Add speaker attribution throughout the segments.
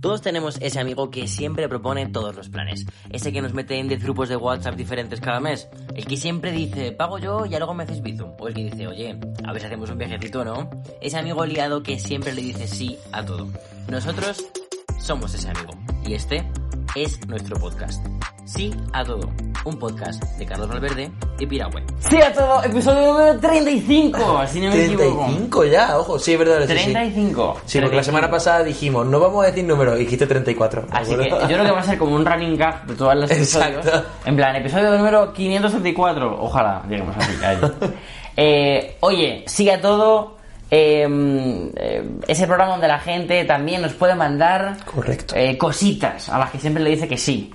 Speaker 1: Todos tenemos ese amigo que siempre propone todos los planes. Ese que nos mete en 10 grupos de WhatsApp diferentes cada mes. El que siempre dice, pago yo y luego me haces Bizum. O el que dice, oye, a ver si hacemos un viajecito, ¿no? Ese amigo liado que siempre le dice sí a todo. Nosotros somos ese amigo. Y este es nuestro podcast. Sí a todo. Un podcast de Carlos Valverde y Piragüe. Sí a todo, episodio número 35, si no me equivoco.
Speaker 2: 35 ya, ojo, sí, es verdad. sí, sí.
Speaker 1: 35.
Speaker 2: Sí, porque la semana pasada dijimos, no vamos a decir números, y dijiste 34. ¿de
Speaker 1: Así que
Speaker 2: acuerdo?
Speaker 1: yo creo que va a ser como un running gag de todas las episodios.
Speaker 2: Exacto.
Speaker 1: En plan, episodio número 534. Ojalá lleguemos así a ello. Eh, oye, sigue a todo. eh, eh, ese programa donde la gente también nos puede mandar
Speaker 2: Correcto.
Speaker 1: eh, cositas a las que siempre le dice que sí.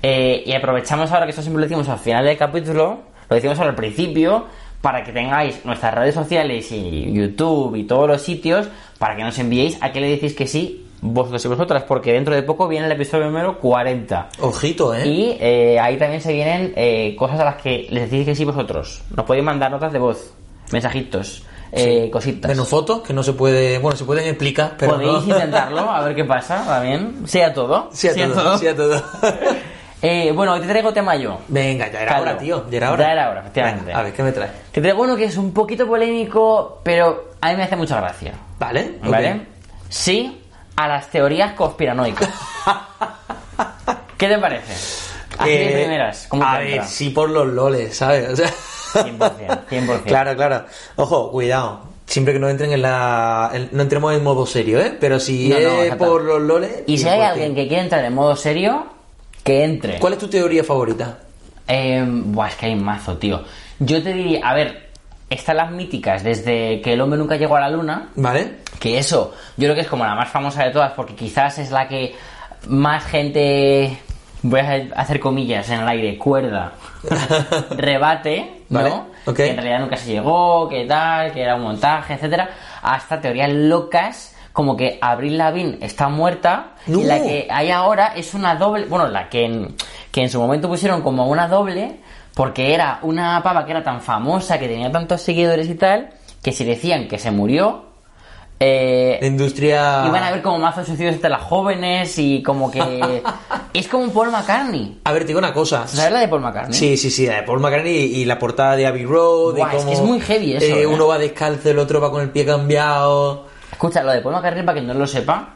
Speaker 1: Eh, y aprovechamos ahora que eso siempre lo decimos al final del capítulo, lo decimos ahora al principio, para que tengáis nuestras redes sociales y YouTube y todos los sitios, para que nos enviéis a qué le decís que sí vosotros y vosotras, porque dentro de poco viene el episodio número 40.
Speaker 2: Ojito, ¿eh?
Speaker 1: Y eh, ahí también se vienen eh, cosas a las que les decís que sí vosotros. Nos podéis mandar notas de voz, mensajitos, eh, cositas.
Speaker 2: Menos fotos, que no se puede... Bueno, se pueden explicar, pero
Speaker 1: Podéis
Speaker 2: no.
Speaker 1: intentarlo, a ver qué pasa también. Sea todo.
Speaker 2: Sí a
Speaker 1: sea
Speaker 2: todo, sí a todo.
Speaker 1: Eh, bueno, hoy te traigo tema yo.
Speaker 2: Venga, ya era
Speaker 1: Claro.
Speaker 2: hora, tío. Ya era hora.
Speaker 1: Ya era hora, efectivamente.
Speaker 2: Venga, a ver, ¿qué me traes?
Speaker 1: Te traigo uno que es un poquito polémico, pero a mí me hace mucha gracia.
Speaker 2: ¿Vale? ok.
Speaker 1: ¿Vale? Sí a las teorías conspiranoicas. ¿Qué te parece? Así de
Speaker 2: Eh,
Speaker 1: primeras, ¿cómo
Speaker 2: a
Speaker 1: te
Speaker 2: ver,
Speaker 1: entra?
Speaker 2: sí por los loles, ¿sabes? O sea...
Speaker 1: 100%, 100%.
Speaker 2: Claro, claro. Ojo, cuidado. Siempre que no entren en la... en- No entremos en modo serio, ¿eh? Pero si
Speaker 1: No, no,
Speaker 2: es
Speaker 1: exacto.
Speaker 2: por los loles...
Speaker 1: Y si hay alguien que quiere entrar en modo serio, que entre.
Speaker 2: ¿Cuál es tu teoría favorita?
Speaker 1: Eh, buah, es que hay mazo, tío. Yo te diría, a ver, están las míticas desde que el hombre nunca llegó a la luna.
Speaker 2: ¿Vale?
Speaker 1: Que eso, yo creo que es como la más famosa de todas, porque quizás es la que más gente, voy a hacer comillas en el aire, cuerda, rebate, ¿no?
Speaker 2: Vale, ok.
Speaker 1: Que en realidad nunca se llegó, que tal, que era un montaje, etcétera, hasta teorías locas como que Avril Lavigne está muerta
Speaker 2: No.
Speaker 1: y la que hay ahora es una doble, bueno, la que en, que en su momento pusieron como una doble porque era una pava que era tan famosa, que tenía tantos seguidores y tal, que si decían que se murió, eh,
Speaker 2: La industria...
Speaker 1: iban a ver como mazos suicidios entre las jóvenes y como que... es como un Paul McCartney.
Speaker 2: A ver, te digo una cosa.
Speaker 1: ¿Sabes la de Paul McCartney?
Speaker 2: Sí, sí, sí, la de Paul McCartney y la portada de Abbey Road. de
Speaker 1: Buah, es
Speaker 2: cómo,
Speaker 1: que es muy heavy eso,
Speaker 2: eh,
Speaker 1: ¿eh?
Speaker 2: Uno va descalzo, el otro va con el pie cambiado.
Speaker 1: Escucha, lo de Paul McCartney, para quien no lo sepa,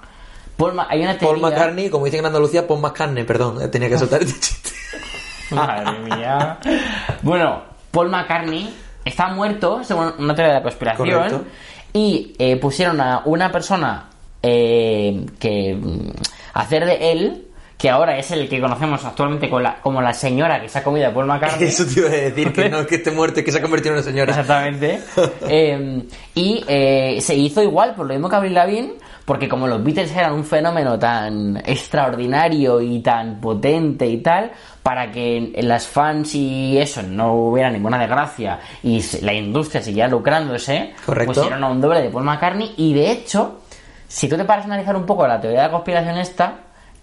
Speaker 1: Paul Ma- hay una teoría...
Speaker 2: Paul McCartney, como dicen en Andalucía, Paul McCartney, perdón, eh, tenía que soltar este chiste.
Speaker 1: Madre mía. Bueno, Paul McCartney está muerto, según una teoría de la conspiración.
Speaker 2: Correcto.
Speaker 1: Y eh, pusieron a una persona eh, que mm, hacer de él, que ahora es el que conocemos actualmente con la- como la señora que se ha comido a Paul McCartney.
Speaker 2: Eso te iba a decir, que no es que esté muerto, es que se ha convertido en una señora.
Speaker 1: Exactamente. Eh, y eh, se hizo igual, por lo mismo que Avril Lavigne, porque como los Beatles eran un fenómeno tan extraordinario y tan potente y tal, para que las fans y eso no hubiera ninguna desgracia y se- la industria siguiera lucrándose,
Speaker 2: Correcto.
Speaker 1: pusieron a un doble de Paul McCartney y de hecho, si tú te paras a analizar un poco la teoría de la conspiración esta,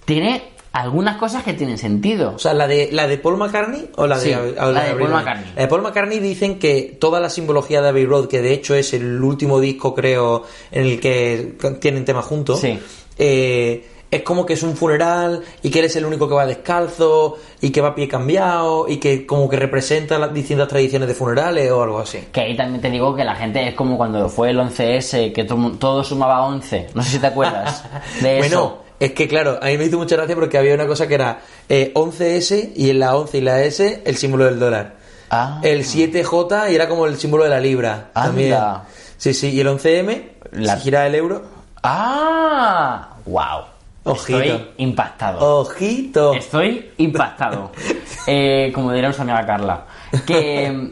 Speaker 1: tiene algunas cosas que tienen sentido.
Speaker 2: O sea, la de, la de Paul McCartney o la de,
Speaker 1: Sí,
Speaker 2: Ab- o
Speaker 1: la de
Speaker 2: Avril
Speaker 1: Paul
Speaker 2: Lavigne?
Speaker 1: McCartney.
Speaker 2: La de Paul McCartney dicen que toda la simbología de Abbey Road, que de hecho es el último disco, creo, en el que tienen temas juntos,
Speaker 1: Sí.
Speaker 2: eh, es como que es un funeral y que eres el único que va descalzo y que va a pie cambiado y que como que representa las distintas tradiciones de funerales o algo así.
Speaker 1: Que ahí también te digo que la gente es como cuando fue el 11S, que to- todo sumaba 11. No sé si te acuerdas de
Speaker 2: Bueno,
Speaker 1: eso.
Speaker 2: es que claro, a mí me hizo mucha gracia porque había una cosa que era eh, 11S y en la 11 y la S el símbolo del dólar.
Speaker 1: Ah.
Speaker 2: El 7J y era como el símbolo de la libra.
Speaker 1: Anda.
Speaker 2: También. Sí, sí, y el 11M,
Speaker 1: La-
Speaker 2: si gira el euro.
Speaker 1: ¡Ah! ¡Wow!
Speaker 2: Ojito.
Speaker 1: Estoy impactado.
Speaker 2: Ojito.
Speaker 1: Estoy impactado. Eh, como diría nuestra amiga Carla. Que,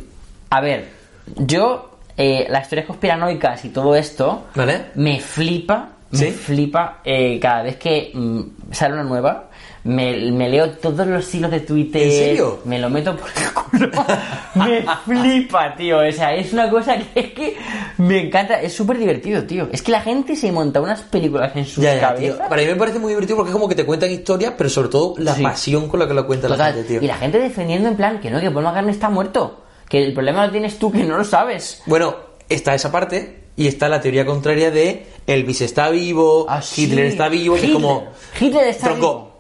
Speaker 1: a ver, Yo, eh, las teorías conspiranoicas y todo esto,
Speaker 2: ¿Vale?
Speaker 1: me flipa, me
Speaker 2: ¿Sí?
Speaker 1: flipa eh, cada vez que mm, sale una nueva. Me, me leo todos los hilos de Twitter.
Speaker 2: ¿En serio?
Speaker 1: Me lo meto por el culo. me flipa, tío. O sea, es una cosa que es que me encanta. Es súper divertido, tío. Es que la gente se monta unas películas en sus
Speaker 2: Ya, ya, tío.
Speaker 1: cabezas.
Speaker 2: Para mí me parece muy divertido porque es como que te cuentan historias, pero sobre todo la
Speaker 1: Sí.
Speaker 2: pasión con la que lo cuenta la
Speaker 1: Total.
Speaker 2: gente, tío.
Speaker 1: Y la gente defendiendo en plan que no, que Paul McCartney está muerto. Que el problema lo tienes tú, que no lo sabes.
Speaker 2: Bueno, está esa parte y está la teoría contraria de Elvis está vivo,
Speaker 1: Ah, sí.
Speaker 2: Hitler está vivo, que es como...
Speaker 1: Hitler está
Speaker 2: tronco,
Speaker 1: vivo.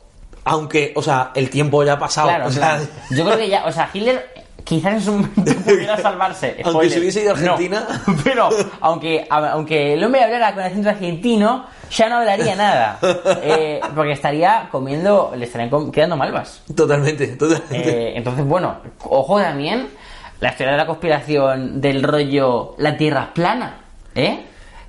Speaker 2: aunque, o sea, el tiempo ya ha pasado.
Speaker 1: Claro,
Speaker 2: o sea,
Speaker 1: claro. Yo creo que ya, o sea, Hitler quizás en su momento pudiera salvarse.
Speaker 2: Aunque se hubiese ido a Argentina.
Speaker 1: No. Pero, aunque, a- aunque el hombre hablara con acento argentino, ya no hablaría nada. Eh, porque estaría comiendo, le estarían com- quedando malvas.
Speaker 2: Totalmente, totalmente.
Speaker 1: Eh, entonces, bueno, ojo también la teoría de la conspiración del rollo la tierra es plana, ¿eh?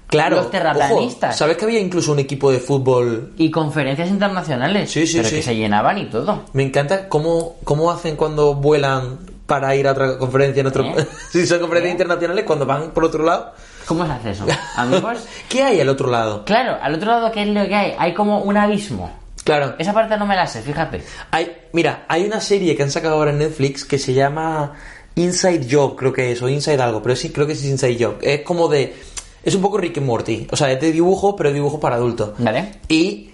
Speaker 2: claro.
Speaker 1: Los terraplanistas.
Speaker 2: ojo, ¿Sabes que había incluso un equipo de fútbol?
Speaker 1: Y conferencias internacionales.
Speaker 2: Sí, sí,
Speaker 1: pero
Speaker 2: sí.
Speaker 1: que se llenaban y todo.
Speaker 2: Me encanta cómo, cómo hacen cuando vuelan para ir a otra conferencia en otro...
Speaker 1: ¿Eh?
Speaker 2: si son
Speaker 1: ¿Eh?
Speaker 2: conferencias internacionales, cuando van por otro lado...
Speaker 1: ¿Cómo se hace eso? Amigos,
Speaker 2: ¿Qué hay al otro lado?
Speaker 1: Claro, al otro lado, ¿qué es lo que hay? Hay como un abismo.
Speaker 2: Claro.
Speaker 1: Esa parte no me la sé, fíjate.
Speaker 2: Hay, mira, hay una serie que han sacado ahora en Netflix que se llama Inside Job, creo que es, o Inside algo, pero sí, creo que es Inside Job. Es como de... Es un poco Rick and Morty. O sea, es de dibujos, pero dibujos para adultos.
Speaker 1: ¿Vale?
Speaker 2: Y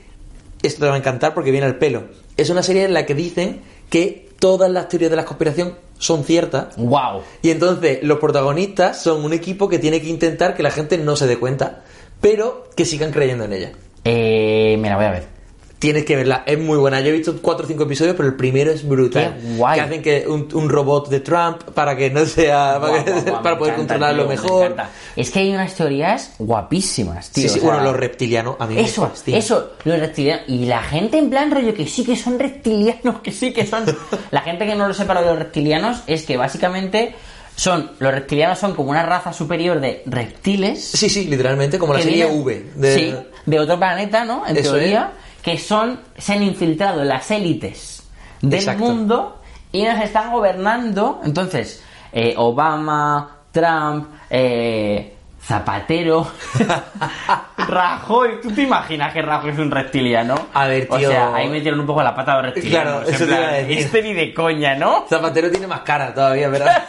Speaker 2: esto te va a encantar porque viene al pelo. Es una serie en la que dicen que todas las teorías de la conspiración son ciertas.
Speaker 1: ¡Wow!
Speaker 2: Y entonces los protagonistas son un equipo que tiene que intentar que la gente no se dé cuenta, pero que sigan creyendo en ella.
Speaker 1: Eh, me la voy a ver.
Speaker 2: Tienes que verla, es muy buena. Yo he visto cuatro o cinco episodios, pero el primero es brutal.
Speaker 1: Qué guay.
Speaker 2: Que hacen que un, un robot de Trump para que no sea Ah, para,
Speaker 1: Guau,
Speaker 2: que-
Speaker 1: guau, guau,
Speaker 2: para
Speaker 1: me
Speaker 2: poder
Speaker 1: encanta,
Speaker 2: controlarlo
Speaker 1: tío, me
Speaker 2: mejor.
Speaker 1: encanta. Es que hay unas teorías guapísimas, tío.
Speaker 2: Sí, sí,
Speaker 1: o sea,
Speaker 2: bueno, los reptilianos a mí me
Speaker 1: Eso,
Speaker 2: fascinan.
Speaker 1: eso, los reptilianos. Y la gente en plan rollo que sí que son reptilianos, que sí que son. La gente que no lo sepa lo de los reptilianos es que básicamente son. Los reptilianos son como una raza superior de reptiles.
Speaker 2: Sí, sí, literalmente como la
Speaker 1: que
Speaker 2: serie
Speaker 1: vienen-
Speaker 2: V de
Speaker 1: sí, de otro planeta, ¿no? En
Speaker 2: Eso
Speaker 1: teoría, que son, se han infiltrado en las élites del
Speaker 2: Exacto.
Speaker 1: mundo y nos están gobernando. Entonces, eh, Obama, Trump, eh, Zapatero, Rajoy. ¿Tú te imaginas que Rajoy es un reptiliano?
Speaker 2: A ver,
Speaker 1: O
Speaker 2: tío.
Speaker 1: sea, ahí metieron un poco la pata de los reptilianos.
Speaker 2: Claro,
Speaker 1: en
Speaker 2: eso te
Speaker 1: plan,
Speaker 2: iba a decir.
Speaker 1: Este ni de coña, ¿no?
Speaker 2: Zapatero tiene más cara todavía, ¿verdad?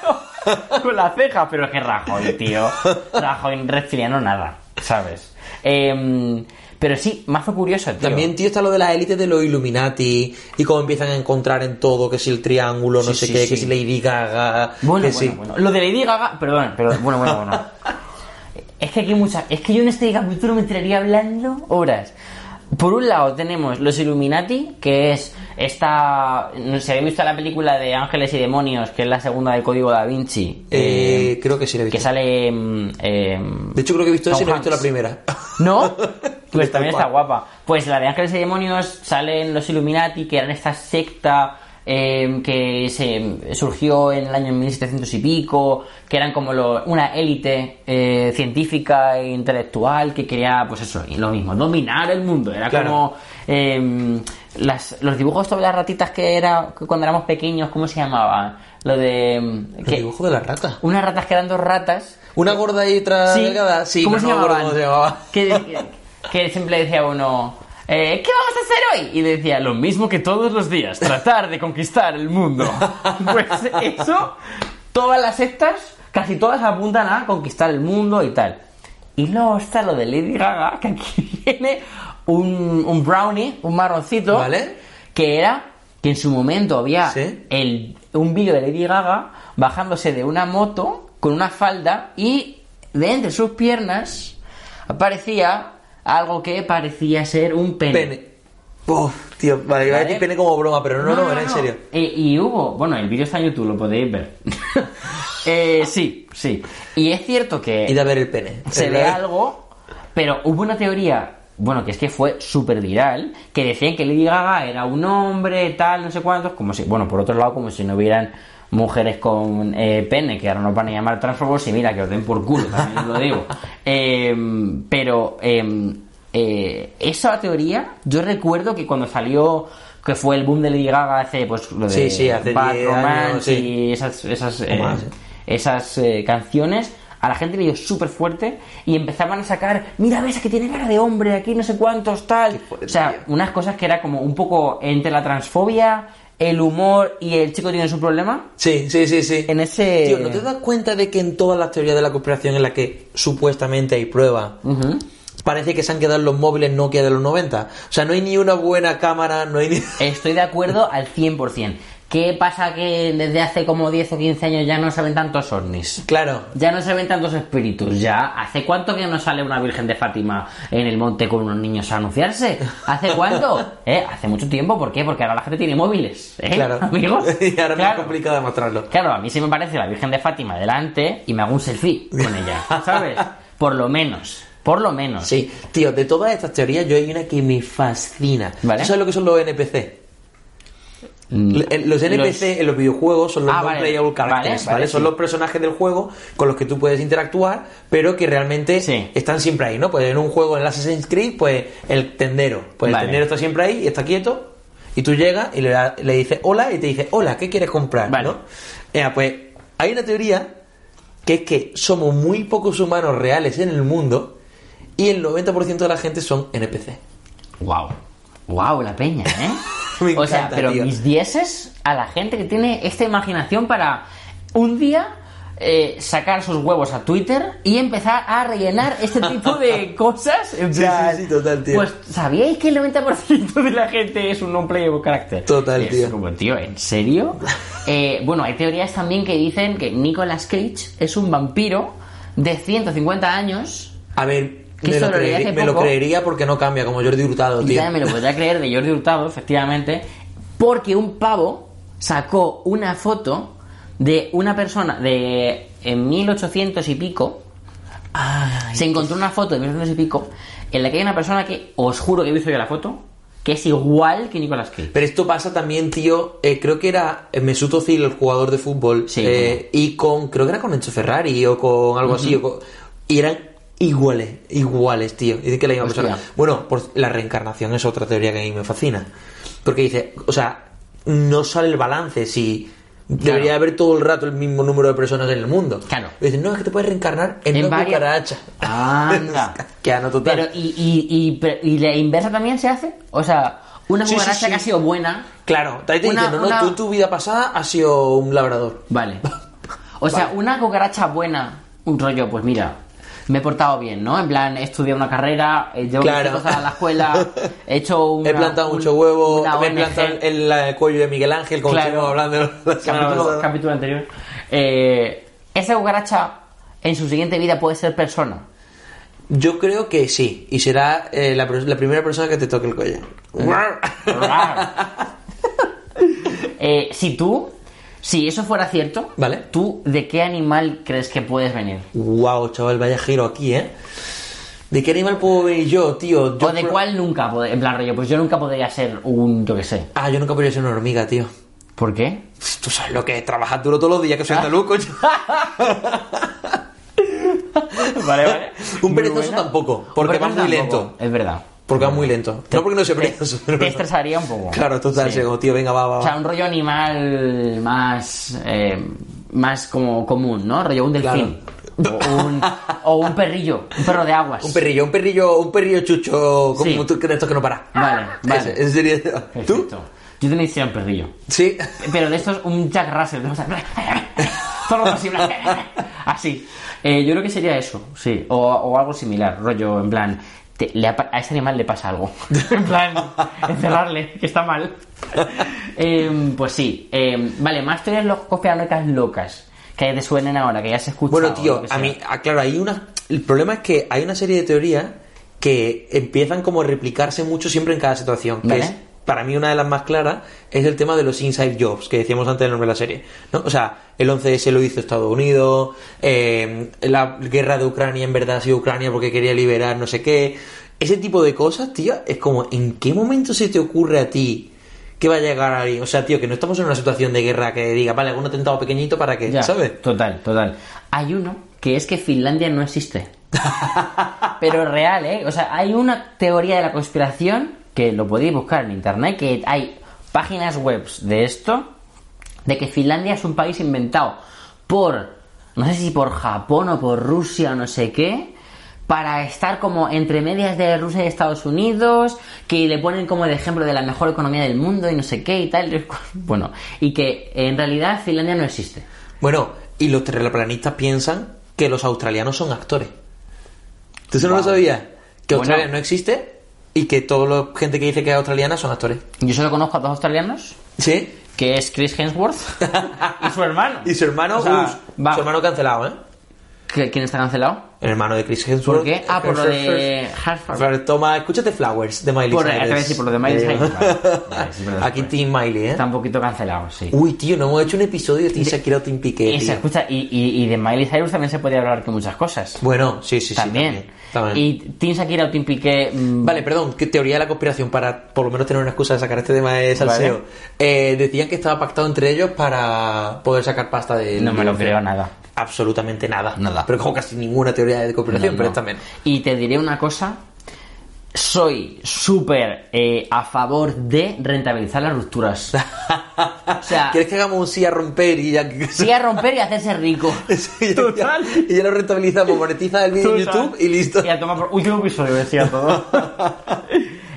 Speaker 1: con la ceja, pero es que Rajoy, tío. Rajoy reptiliano nada, ¿sabes? Em, pero sí, mazo curioso, tío.
Speaker 2: También, tío, está lo de las élites de los Illuminati y cómo empiezan a encontrar en todo que si el triángulo, no
Speaker 1: Sí,
Speaker 2: sé
Speaker 1: sí,
Speaker 2: qué, que
Speaker 1: sí.
Speaker 2: si Lady Gaga,
Speaker 1: Bueno, bueno,
Speaker 2: que si-
Speaker 1: bueno. Lo de Lady Gaga, perdón, perdón, bueno, bueno, bueno. es que aquí hay muchas. Es que yo en este capítulo me tiraría hablando horas. Por un lado tenemos los Illuminati, que es esta. No sé, habéis visto la película de Ángeles y Demonios, que es la segunda del Código da Vinci.
Speaker 2: Eh, creo que sí la he
Speaker 1: que
Speaker 2: visto.
Speaker 1: sale. em, em,
Speaker 2: De hecho, creo que he visto
Speaker 1: Tom
Speaker 2: eso y no he visto la
Speaker 1: Hanks.
Speaker 2: primera.
Speaker 1: ¿No? Pues
Speaker 2: Está
Speaker 1: también está
Speaker 2: guapa.
Speaker 1: guapa. Pues la de Ángeles y Demonios salen los Illuminati, que eran esta secta eh, que se em, surgió en el año 1700 y pico, que eran como lo- una élite eh, científica e intelectual que quería, pues eso, y lo mismo, dominar el mundo. Era
Speaker 2: Claro.
Speaker 1: como eh, las- los dibujos sobre las ratitas que era que cuando éramos pequeños, ¿cómo se llamaba? Lo de... em,
Speaker 2: El
Speaker 1: que-
Speaker 2: dibujo de la rata.
Speaker 1: unas ratas que eran dos ratas
Speaker 2: Una gorda y otra delgada. Sí,
Speaker 1: ¿Cómo,
Speaker 2: no
Speaker 1: se
Speaker 2: me acuerdo
Speaker 1: llamaban?
Speaker 2: cómo se llamaba.
Speaker 1: Que, que siempre decía uno, eh, ¿qué vamos a hacer hoy? Y decía, lo mismo que todos los días, tratar de conquistar el mundo. Pues eso, todas las sectas, casi todas apuntan a conquistar el mundo y tal. Y luego está lo de Lady Gaga, que aquí viene un, un brownie, un marroncito,
Speaker 2: ¿Vale?
Speaker 1: que era que en su momento había
Speaker 2: Sí.
Speaker 1: el, un vídeo de Lady Gaga bajándose de una moto con una falda y de entre sus piernas aparecía algo que parecía ser un pene.
Speaker 2: Pene. Uf, tío, vale, iba a
Speaker 1: Vale.
Speaker 2: decir pene como broma, pero no, no, era en serio.
Speaker 1: Eh, y hubo, bueno, el vídeo está en YouTube, lo podéis ver. Eh, sí, sí. Y es cierto que
Speaker 2: Id a ver el pene.
Speaker 1: se
Speaker 2: El-
Speaker 1: ve algo, pero hubo una teoría, bueno, que es que fue súper viral, que decían que Lady Gaga era un hombre, tal, no sé cuántos, como si, bueno, por otro lado, como si no hubieran mujeres con eh, pene, que ahora nos van a llamar transfobos y mira, que os den por culo, también os lo digo. Em, pero em, eh, esa teoría, yo recuerdo que cuando salió, que fue el boom de Lady Gaga hace, pues, lo de
Speaker 2: Sí, sí, hace
Speaker 1: Bad
Speaker 2: 10
Speaker 1: Romance
Speaker 2: años, sí.
Speaker 1: y esas, esas,
Speaker 2: más,
Speaker 1: eh,
Speaker 2: eh.
Speaker 1: esas eh, canciones, a la gente le dio súper fuerte y empezaban a sacar, mira, ves que tiene cara de hombre, aquí no sé cuántos tal.
Speaker 2: fuerte,
Speaker 1: o sea,
Speaker 2: tío.
Speaker 1: unas cosas que era como un poco entre la transfobia, el humor y el chico tiene su problema.
Speaker 2: Sí, sí, sí, sí.
Speaker 1: En ese...
Speaker 2: Tío, ¿no te das cuenta de que en todas las teorías de la conspiración en las que supuestamente hay pruebas,
Speaker 1: Ujú.
Speaker 2: parece que se han quedado en los móviles Nokia de los 90? O sea, no hay ni una buena cámara, no hay ni...
Speaker 1: Estoy de acuerdo al 100%. ¿Qué pasa que desde hace como 10 o 15 años ya no se ven tantos ovnis?
Speaker 2: Claro.
Speaker 1: Ya no se ven tantos espíritus, ya. ¿Hace cuánto que no sale una Virgen de Fátima en el monte con unos niños a anunciarse? ¿Hace cuánto? ¿Eh? Hace mucho tiempo, ¿por qué? Porque ahora la gente tiene móviles, ¿eh?
Speaker 2: Claro.
Speaker 1: Amigos.
Speaker 2: y ahora es más
Speaker 1: Claro.
Speaker 2: complicado demostrarlo.
Speaker 1: Claro, a mí sí me parece la Virgen de Fátima delante y me hago un selfie con ella, ¿sabes? Por lo menos, por lo menos.
Speaker 2: Sí, tío, de todas estas teorías yo hay una que me fascina.
Speaker 1: Vale.
Speaker 2: ¿Tú sabes lo que son los NPC?
Speaker 1: Mm,
Speaker 2: L- Los NPC en los videojuegos son los
Speaker 1: Ah, vale.
Speaker 2: non-playable
Speaker 1: Vale,
Speaker 2: characters, ¿vale?
Speaker 1: vale,
Speaker 2: Son
Speaker 1: sí.
Speaker 2: los personajes del juego con los que tú puedes interactuar, pero que realmente
Speaker 1: Sí.
Speaker 2: están siempre ahí, ¿no? Pues en un juego en el Assassin's Creed, pues el tendero. Pues
Speaker 1: Vale.
Speaker 2: el tendero está siempre ahí, está quieto, y tú llegas y le, da- le dices hola y te dice, hola, ¿qué quieres comprar?
Speaker 1: Vale.
Speaker 2: ¿no? Mira, pues hay una teoría que es que somos muy pocos humanos reales en el mundo y el 90% de la gente son NPC.
Speaker 1: Wow. Wow, la peña, ¿eh?
Speaker 2: Me
Speaker 1: o sea,
Speaker 2: encanta,
Speaker 1: pero
Speaker 2: tío.
Speaker 1: mis dieces a la gente que tiene esta imaginación para un día eh, sacar sus huevos a Twitter y empezar a rellenar este tipo de cosas. en
Speaker 2: Sí,
Speaker 1: plan,
Speaker 2: sí, sí, total, tío.
Speaker 1: Pues, ¿sabíais que el 90% de la gente es un non-playable character?
Speaker 2: Total,
Speaker 1: Es
Speaker 2: tío.
Speaker 1: como, tío, ¿en serio? Eh, bueno, hay teorías también que dicen que Nicolas Cage es un vampiro de 150 años.
Speaker 2: A ver,
Speaker 1: Que
Speaker 2: me
Speaker 1: esto
Speaker 2: lo,
Speaker 1: lo leí
Speaker 2: creería,
Speaker 1: hace
Speaker 2: me lo
Speaker 1: poco.
Speaker 2: creería porque no cambia, como Jordi Hurtado,
Speaker 1: Y
Speaker 2: tío.
Speaker 1: ya me lo podría creer de Jordi Hurtado, efectivamente, porque un pavo sacó una foto de una persona de en 1800 y pico.
Speaker 2: Ay,
Speaker 1: se encontró una foto de 1800 y pico en la que hay una persona que, os juro que he visto yo la foto, que es igual que Nicolas Cage.
Speaker 2: Pero esto pasa también, tío. eh, creo que era Mesut Özil, el jugador de fútbol,
Speaker 1: Sí.
Speaker 2: eh, y con creo que era con Enzo Ferrari o con algo así. o con- y eran iguales, iguales, tío. Y Dicen que la misma
Speaker 1: Hostia.
Speaker 2: persona. Bueno, por, la reencarnación es otra teoría que a mí me fascina, porque dice, o sea, no sale el balance si debería haber todo el rato el mismo número de personas en el mundo.
Speaker 1: Claro.
Speaker 2: Y Dicen, no es que te puedes reencarnar en,
Speaker 1: En
Speaker 2: una
Speaker 1: varias-
Speaker 2: cucaracha.
Speaker 1: Anda.
Speaker 2: que ano total.
Speaker 1: Pero, y, y- y- pero- y la inversa también se hace. O sea, una
Speaker 2: Sí, sí,
Speaker 1: cucaracha
Speaker 2: sí.
Speaker 1: que ha sido buena.
Speaker 2: Claro, te dicen,
Speaker 1: Una-
Speaker 2: no, no,
Speaker 1: una-
Speaker 2: tú tu vida pasada has sido un labrador.
Speaker 1: Vale. O sea, una cucaracha buena, un rollo, pues mira, me he portado bien, ¿no? En plan, he estudiado una carrera, eh, llevo
Speaker 2: Claro.
Speaker 1: mis cosas a la escuela, he hecho una,
Speaker 2: He plantado
Speaker 1: un-
Speaker 2: mucho huevo,
Speaker 1: una
Speaker 2: me he
Speaker 1: ONG.
Speaker 2: plantado el, el cuello de Miguel Ángel, como
Speaker 1: Claro.
Speaker 2: estuvimos hablando la semana
Speaker 1: capítulo,
Speaker 2: pasada.
Speaker 1: capítulo anterior. Eh, esa cucaracha en su siguiente vida puede ser persona.
Speaker 2: Yo creo que sí, y será eh, la, pers- la primera persona que te toque el cuello.
Speaker 1: Eh, si tú, si eso fuera cierto,
Speaker 2: Vale.
Speaker 1: ¿tú de qué animal crees que puedes venir?
Speaker 2: wow, chaval, vaya giro aquí, ¿eh? ¿De qué animal puedo venir yo, tío? Yo
Speaker 1: ¿O de
Speaker 2: pro-
Speaker 1: cuál nunca? pod- En plan, rollo, pues yo nunca podría ser un, yo qué sé.
Speaker 2: Ah, yo nunca podría ser una hormiga, tío.
Speaker 1: ¿Por qué?
Speaker 2: Tú sabes lo que es trabajar duro todos los días, que soy andaluz, coño.
Speaker 1: Vale, vale.
Speaker 2: Un
Speaker 1: Muy
Speaker 2: perezoso
Speaker 1: buena.
Speaker 2: tampoco, porque
Speaker 1: Un
Speaker 2: va
Speaker 1: perezoso
Speaker 2: muy
Speaker 1: tampoco,
Speaker 2: lento.
Speaker 1: Es verdad.
Speaker 2: Porque va muy lento. No porque no se
Speaker 1: Te,
Speaker 2: perezoso.
Speaker 1: te
Speaker 2: pero-
Speaker 1: estresaría un poco.
Speaker 2: Claro, total,
Speaker 1: Sí.
Speaker 2: sí, como tío, venga, va, va,
Speaker 1: O
Speaker 2: va.
Speaker 1: sea, un rollo animal más. eh, más como común, ¿no? Rollo un delfín. O, un, o un perrillo, un perro de aguas.
Speaker 2: Un perrillo, un perrillo, un perrillo chucho, como
Speaker 1: Sí.
Speaker 2: tú, que de estos que no para.
Speaker 1: Vale, vale.
Speaker 2: Ese, ese sería- ¿Tú?
Speaker 1: Perfecto. Yo tenía que ser un perrillo.
Speaker 2: Sí.
Speaker 1: Pero de estos, un Jack Russell. ¿no? O sea, Todo lo posible. Así. Eh, yo creo que sería eso, sí. O, o algo similar, rollo, en plan. te- le ha pa- a este animal le pasa algo. en plan, encerrarle, que está mal. Eh, pues sí. eh, vale, más teorías lo- conspiranoicas locas. Que te suenen ahora, que ya se escuchan.
Speaker 2: Bueno, tío, a mí, ah, claro, hay una. El problema es que hay una serie de teorías que empiezan como a replicarse mucho siempre en cada situación. que
Speaker 1: Vale.
Speaker 2: es, para mí, una de las más claras es el tema de los inside jobs que decíamos antes del nombre de la serie. ¿no? O sea, el 11S lo hizo Estados Unidos, eh, la guerra de Ucrania en verdad ha sido Ucrania porque quería liberar no sé qué. Ese tipo de cosas, tío, es como, ¿en qué momento se te ocurre a ti? que va a llegar ahí? O sea, tío, que no estamos en una situación de guerra que diga, vale, algún atentado pequeñito para que,
Speaker 1: Ya,
Speaker 2: ¿sabes?
Speaker 1: Total, total. Hay uno que es que Finlandia no existe. Pero real, ¿eh? O sea, hay una teoría de la conspiración que lo podéis buscar en internet, que hay páginas web de esto, de que Finlandia es un país inventado por no sé si por Japón o por Rusia o no sé qué, para estar como entre medias de Rusia y Estados Unidos, que le ponen como el ejemplo de la mejor economía del mundo y no sé qué y tal. Bueno, y que en realidad Finlandia no existe.
Speaker 2: Bueno, y los terraplanistas piensan que los australianos son actores. ¿Tú eso no lo
Speaker 1: Wow.
Speaker 2: sabías? Que
Speaker 1: Bueno.
Speaker 2: Australia no existe y que toda la gente que dice que es australiana son actores.
Speaker 1: Yo solo conozco a dos australianos,
Speaker 2: ¿Sí?
Speaker 1: que es Chris Hemsworth y su hermano.
Speaker 2: Y su hermano,
Speaker 1: O sea,
Speaker 2: uh,
Speaker 1: va.
Speaker 2: su hermano cancelado, ¿eh?
Speaker 1: ¿Qué- ¿Quién está cancelado?
Speaker 2: El hermano de Chris Hemsworth.
Speaker 1: ¿Por qué? Ah, por lo de Hartford.
Speaker 2: Fer, Toma, escúchate Flowers de Miley
Speaker 1: Por,
Speaker 2: Cyrus.
Speaker 1: te voy a decir, por lo de Miley
Speaker 2: Eh,
Speaker 1: Cyrus, vale. Vale, sí, perdón,
Speaker 2: Aquí
Speaker 1: pues.
Speaker 2: Team Miley, ¿eh?
Speaker 1: Está un poquito cancelado, sí.
Speaker 2: Uy, tío, no hemos hecho un episodio de Team Shakira o Team Piqué,
Speaker 1: Y se
Speaker 2: tío.
Speaker 1: escucha, y, y- y de Miley Cyrus también se podría hablar que muchas cosas.
Speaker 2: Bueno, sí, sí, sí.
Speaker 1: también.
Speaker 2: también.
Speaker 1: Y Team Shakira o Team Piqué. mm,
Speaker 2: Vale, perdón, que teoría de la conspiración para por lo menos tener una excusa de sacar este tema de salseo.
Speaker 1: Vale.
Speaker 2: Eh, decían que estaba pactado entre ellos para poder sacar pasta de...
Speaker 1: No me lo creo nada.
Speaker 2: Absolutamente nada.
Speaker 1: Nada.
Speaker 2: Pero como casi ninguna teoría de conspiración,
Speaker 1: No,
Speaker 2: pero
Speaker 1: no.
Speaker 2: esta menos.
Speaker 1: Y te diré una cosa. Soy súper eh, a favor de rentabilizar las rupturas. o sea,
Speaker 2: ¿Quieres que hagamos un sí a romper y ya...
Speaker 1: Ah. sí a romper y a hacerse rico.
Speaker 2: y, ya
Speaker 1: Total.
Speaker 2: y ya lo rentabilizamos, monetiza el vídeo en YouTube y listo.
Speaker 1: Y a tomar por último episodio, decía todo.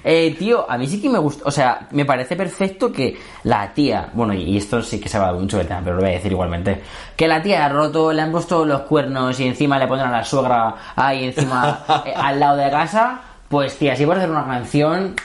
Speaker 1: Eh, tío, a mí sí que me gusta, o sea, me parece perfecto que la tía, bueno, y esto sí que se va mucho del tema, pero lo voy a decir igualmente, que la tía ha roto, le han puesto los cuernos y encima le pondrán a la suegra ahí encima eh, al lado de casa, pues tía, si vas a hacer una canción,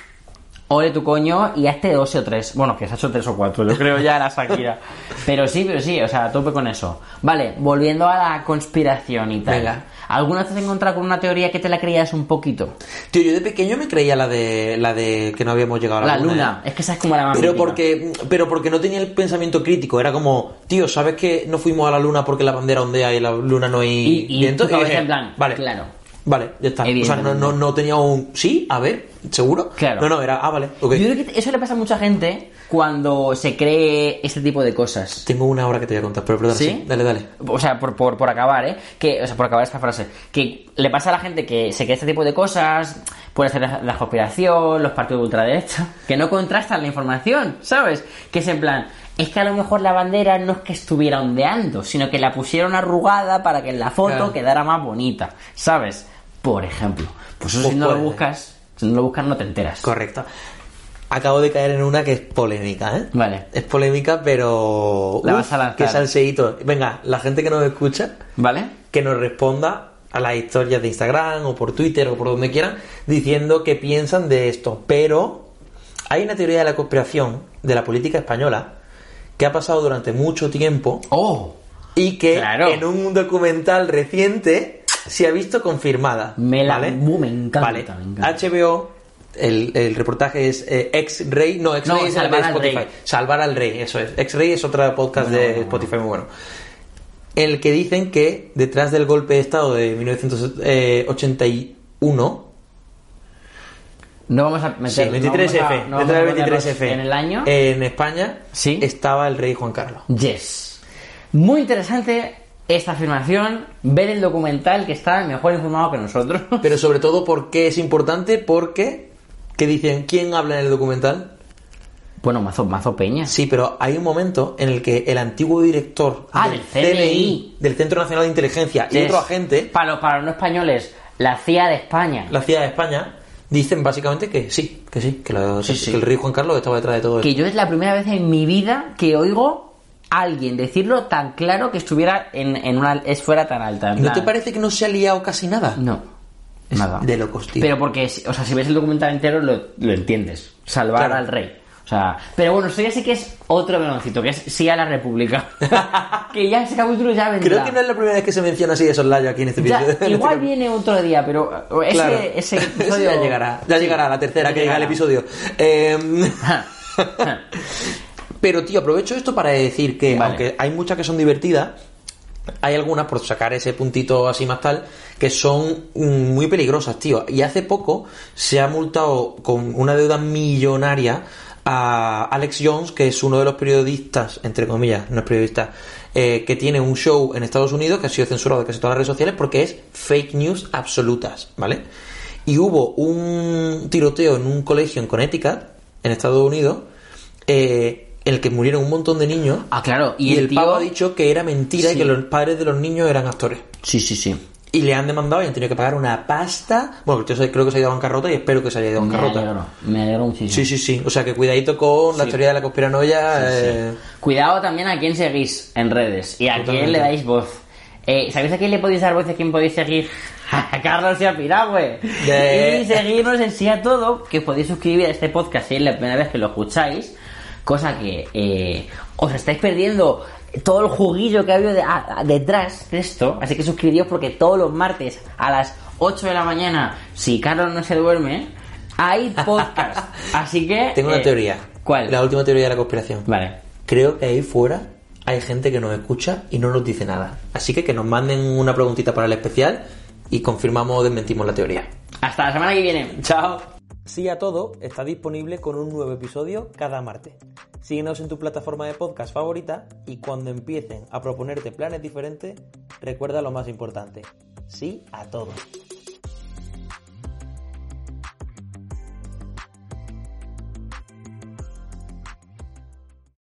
Speaker 1: ole tu coño y hazte dos o tres, bueno, que se ha hecho tres o cuatro, yo creo ya la Shakira, pero sí, pero sí, o sea, a tope con eso. Vale, volviendo a la conspiración y tal.
Speaker 2: Venga.
Speaker 1: ¿Alguna vez te has encontrado con una teoría que te la creías un poquito?
Speaker 2: Tío, yo de pequeño me creía la de la de que no habíamos llegado a la,
Speaker 1: La luna,
Speaker 2: ¿eh?
Speaker 1: es que esa es como la más
Speaker 2: Pero
Speaker 1: mítica.
Speaker 2: porque, pero porque no tenía el pensamiento crítico, era como, tío, ¿sabes que no fuimos a la luna porque la bandera ondea y la luna no hay
Speaker 1: Y- y
Speaker 2: viento?
Speaker 1: tu cabeza
Speaker 2: dije,
Speaker 1: en plan,
Speaker 2: vale,
Speaker 1: claro.
Speaker 2: Vale, ya está. O sea, no,
Speaker 1: Evidentemente.
Speaker 2: no, no tenía un sí, a ver, seguro.
Speaker 1: Claro.
Speaker 2: No, no, era, ah, vale, ok.
Speaker 1: Yo creo que eso le pasa a mucha gente cuando se cree este tipo de cosas.
Speaker 2: Tengo una hora que te voy a contar, pero perdón,
Speaker 1: ¿Sí?
Speaker 2: dale, dale.
Speaker 1: O sea, por, por, por acabar, ¿eh? Que, o sea, por acabar esta frase. Que le pasa a la gente que se cree este tipo de cosas, puede ser la, la conspiración, los partidos de ultraderecha, que no contrastan la información, ¿sabes? Que es en plan, es que a lo mejor la bandera no es que estuviera ondeando, sino que la pusieron arrugada para que en la foto
Speaker 2: Claro.
Speaker 1: quedara más bonita, ¿sabes? Por ejemplo. Pues eso
Speaker 2: Pues
Speaker 1: si no lo
Speaker 2: puede.
Speaker 1: buscas, si no lo buscas no te enteras.
Speaker 2: Correcto. Acabo de caer en una que es polémica, ¿eh?
Speaker 1: Vale.
Speaker 2: Es polémica, pero...
Speaker 1: La vas a lanzar.
Speaker 2: Qué salseíto. Venga, la gente que nos escucha,
Speaker 1: ¿Vale?
Speaker 2: que nos responda a las historias de Instagram o por Twitter o por donde quieran, diciendo qué piensan de esto. Pero hay una teoría de la conspiración de la política española que ha pasado durante mucho tiempo
Speaker 1: ¡Oh!
Speaker 2: y que
Speaker 1: Claro.
Speaker 2: en un documental reciente se ha visto confirmada.
Speaker 1: Me la-
Speaker 2: ¿vale?
Speaker 1: uh, me encanta,
Speaker 2: Vale.
Speaker 1: me encanta.
Speaker 2: HBO, el, el reportaje es eh, Ex Rey, no, Ex
Speaker 1: No,
Speaker 2: Rey es el de
Speaker 1: Salvar al
Speaker 2: Spotify.
Speaker 1: Rey.
Speaker 2: Salvar al Rey, eso es. Ex Rey es otro podcast
Speaker 1: Bueno,
Speaker 2: de
Speaker 1: bueno, bueno.
Speaker 2: Spotify muy bueno. En el que dicen que detrás del golpe de Estado de eh, 1981
Speaker 1: No vamos a
Speaker 2: Sí,
Speaker 1: meter.
Speaker 2: el 23F.
Speaker 1: no vamos a- no vamos
Speaker 2: detrás
Speaker 1: a
Speaker 2: del
Speaker 1: ponernos
Speaker 2: 23F.
Speaker 1: En el año.
Speaker 2: En España
Speaker 1: Sí.
Speaker 2: estaba el rey Juan Carlos.
Speaker 1: Yes. Muy interesante esta afirmación. Ver el documental que está mejor informado que nosotros.
Speaker 2: Pero sobre todo, ¿por qué es importante? Porque, que dicen? ¿Quién habla en el documental?
Speaker 1: bueno, mazo, mazo peña.
Speaker 2: Sí, pero hay un momento en el que el antiguo director
Speaker 1: Ah, del CNI.
Speaker 2: del Centro Nacional de Inteligencia, y
Speaker 1: Yes.
Speaker 2: otro agente,
Speaker 1: Para los, para los no españoles, la CIA de España.
Speaker 2: la ciudad de España, dicen básicamente que sí, que sí, que, la-
Speaker 1: Sí, sí.
Speaker 2: que el rey Juan Carlos estaba detrás de todo
Speaker 1: Que
Speaker 2: esto.
Speaker 1: yo es la primera vez en mi vida que oigo a alguien decirlo tan claro que estuviera en, en una esfera tan alta. en
Speaker 2: ¿No te
Speaker 1: plan-
Speaker 2: parece que no se ha liado casi nada?
Speaker 1: No.
Speaker 2: Es
Speaker 1: Nada.
Speaker 2: de locos, tío.
Speaker 1: Pero porque, si- o sea, si ves el documental entero lo, lo entiendes. Salvar
Speaker 2: Claro.
Speaker 1: al rey. O sea, pero bueno, esto ya sí que es otro meloncito, que es sí a la república. que ya ese capítulo ya vendrá.
Speaker 2: Creo que no es la primera vez que se menciona así de soslayo aquí en este
Speaker 1: Ya,
Speaker 2: episodio. en este
Speaker 1: igual
Speaker 2: capítulo.
Speaker 1: viene otro día, pero eh, ese,
Speaker 2: Claro.
Speaker 1: ese
Speaker 2: Eso
Speaker 1: episodio
Speaker 2: ya llegará, ya
Speaker 1: Sí,
Speaker 2: llegará la tercera
Speaker 1: ya
Speaker 2: que llega el
Speaker 1: llegará.
Speaker 2: episodio. Em, Pero tío, aprovecho esto para decir que
Speaker 1: Vale.
Speaker 2: aunque hay muchas que son divertidas, hay algunas por sacar ese puntito así más tal que son mm, muy peligrosas, tío. Y hace poco se ha multado con una deuda millonaria a Alex Jones, que es uno de los periodistas, entre comillas, no es periodista, eh, que tiene un show en Estados Unidos que ha sido censurado de casi todas las redes sociales porque es fake news absolutas, ¿vale? Y hubo un tiroteo en un colegio en Connecticut, en Estados Unidos, eh, en el que murieron un montón de niños.
Speaker 1: Ah, claro.
Speaker 2: Y,
Speaker 1: Y,
Speaker 2: el,
Speaker 1: tío...
Speaker 2: pavo ha dicho que era mentira y
Speaker 1: Sí.
Speaker 2: que los padres de los niños eran actores.
Speaker 1: Sí, sí, sí.
Speaker 2: Y le han demandado y han tenido que pagar una pasta. Bueno, el tío se- creo que se ha ido a bancarrota y espero que se haya ido a
Speaker 1: Me
Speaker 2: bancarrota.
Speaker 1: alegro. Me alegro muchísimo.
Speaker 2: Sí, sí, sí. O sea, que cuidadito con la teoría de la conspiranoia. eh,
Speaker 1: Cuidado también a quién seguís en redes y a
Speaker 2: Totalmente.
Speaker 1: quién le dais voz. Eh, ¿Sabéis a quién le podéis dar voz y a quién podéis seguir? A Carlos y a Piragüe.
Speaker 2: De-
Speaker 1: Y seguirnos en sí a todo, que os podéis suscribir a este podcast si es la primera vez que lo escucháis. Cosa que eh, os estáis perdiendo todo el juguillo que ha habido de- a- a- detrás de esto. Así que suscribíos porque todos los martes a las 8 de la mañana, si Carlos no se duerme, hay podcast. Así que...
Speaker 2: Tengo una
Speaker 1: eh,
Speaker 2: teoría.
Speaker 1: ¿Cuál?
Speaker 2: La última teoría de la conspiración.
Speaker 1: Vale.
Speaker 2: Creo que ahí fuera hay gente que nos escucha y no nos dice nada. Así que que nos manden una preguntita para el especial y confirmamos o desmentimos la teoría.
Speaker 1: Hasta la semana que viene.
Speaker 2: Chao. Sí a todo está disponible con un nuevo episodio cada martes. Síguenos en tu plataforma de podcast favorita y cuando empiecen a proponerte planes diferentes, recuerda lo más importante. Sí a todo.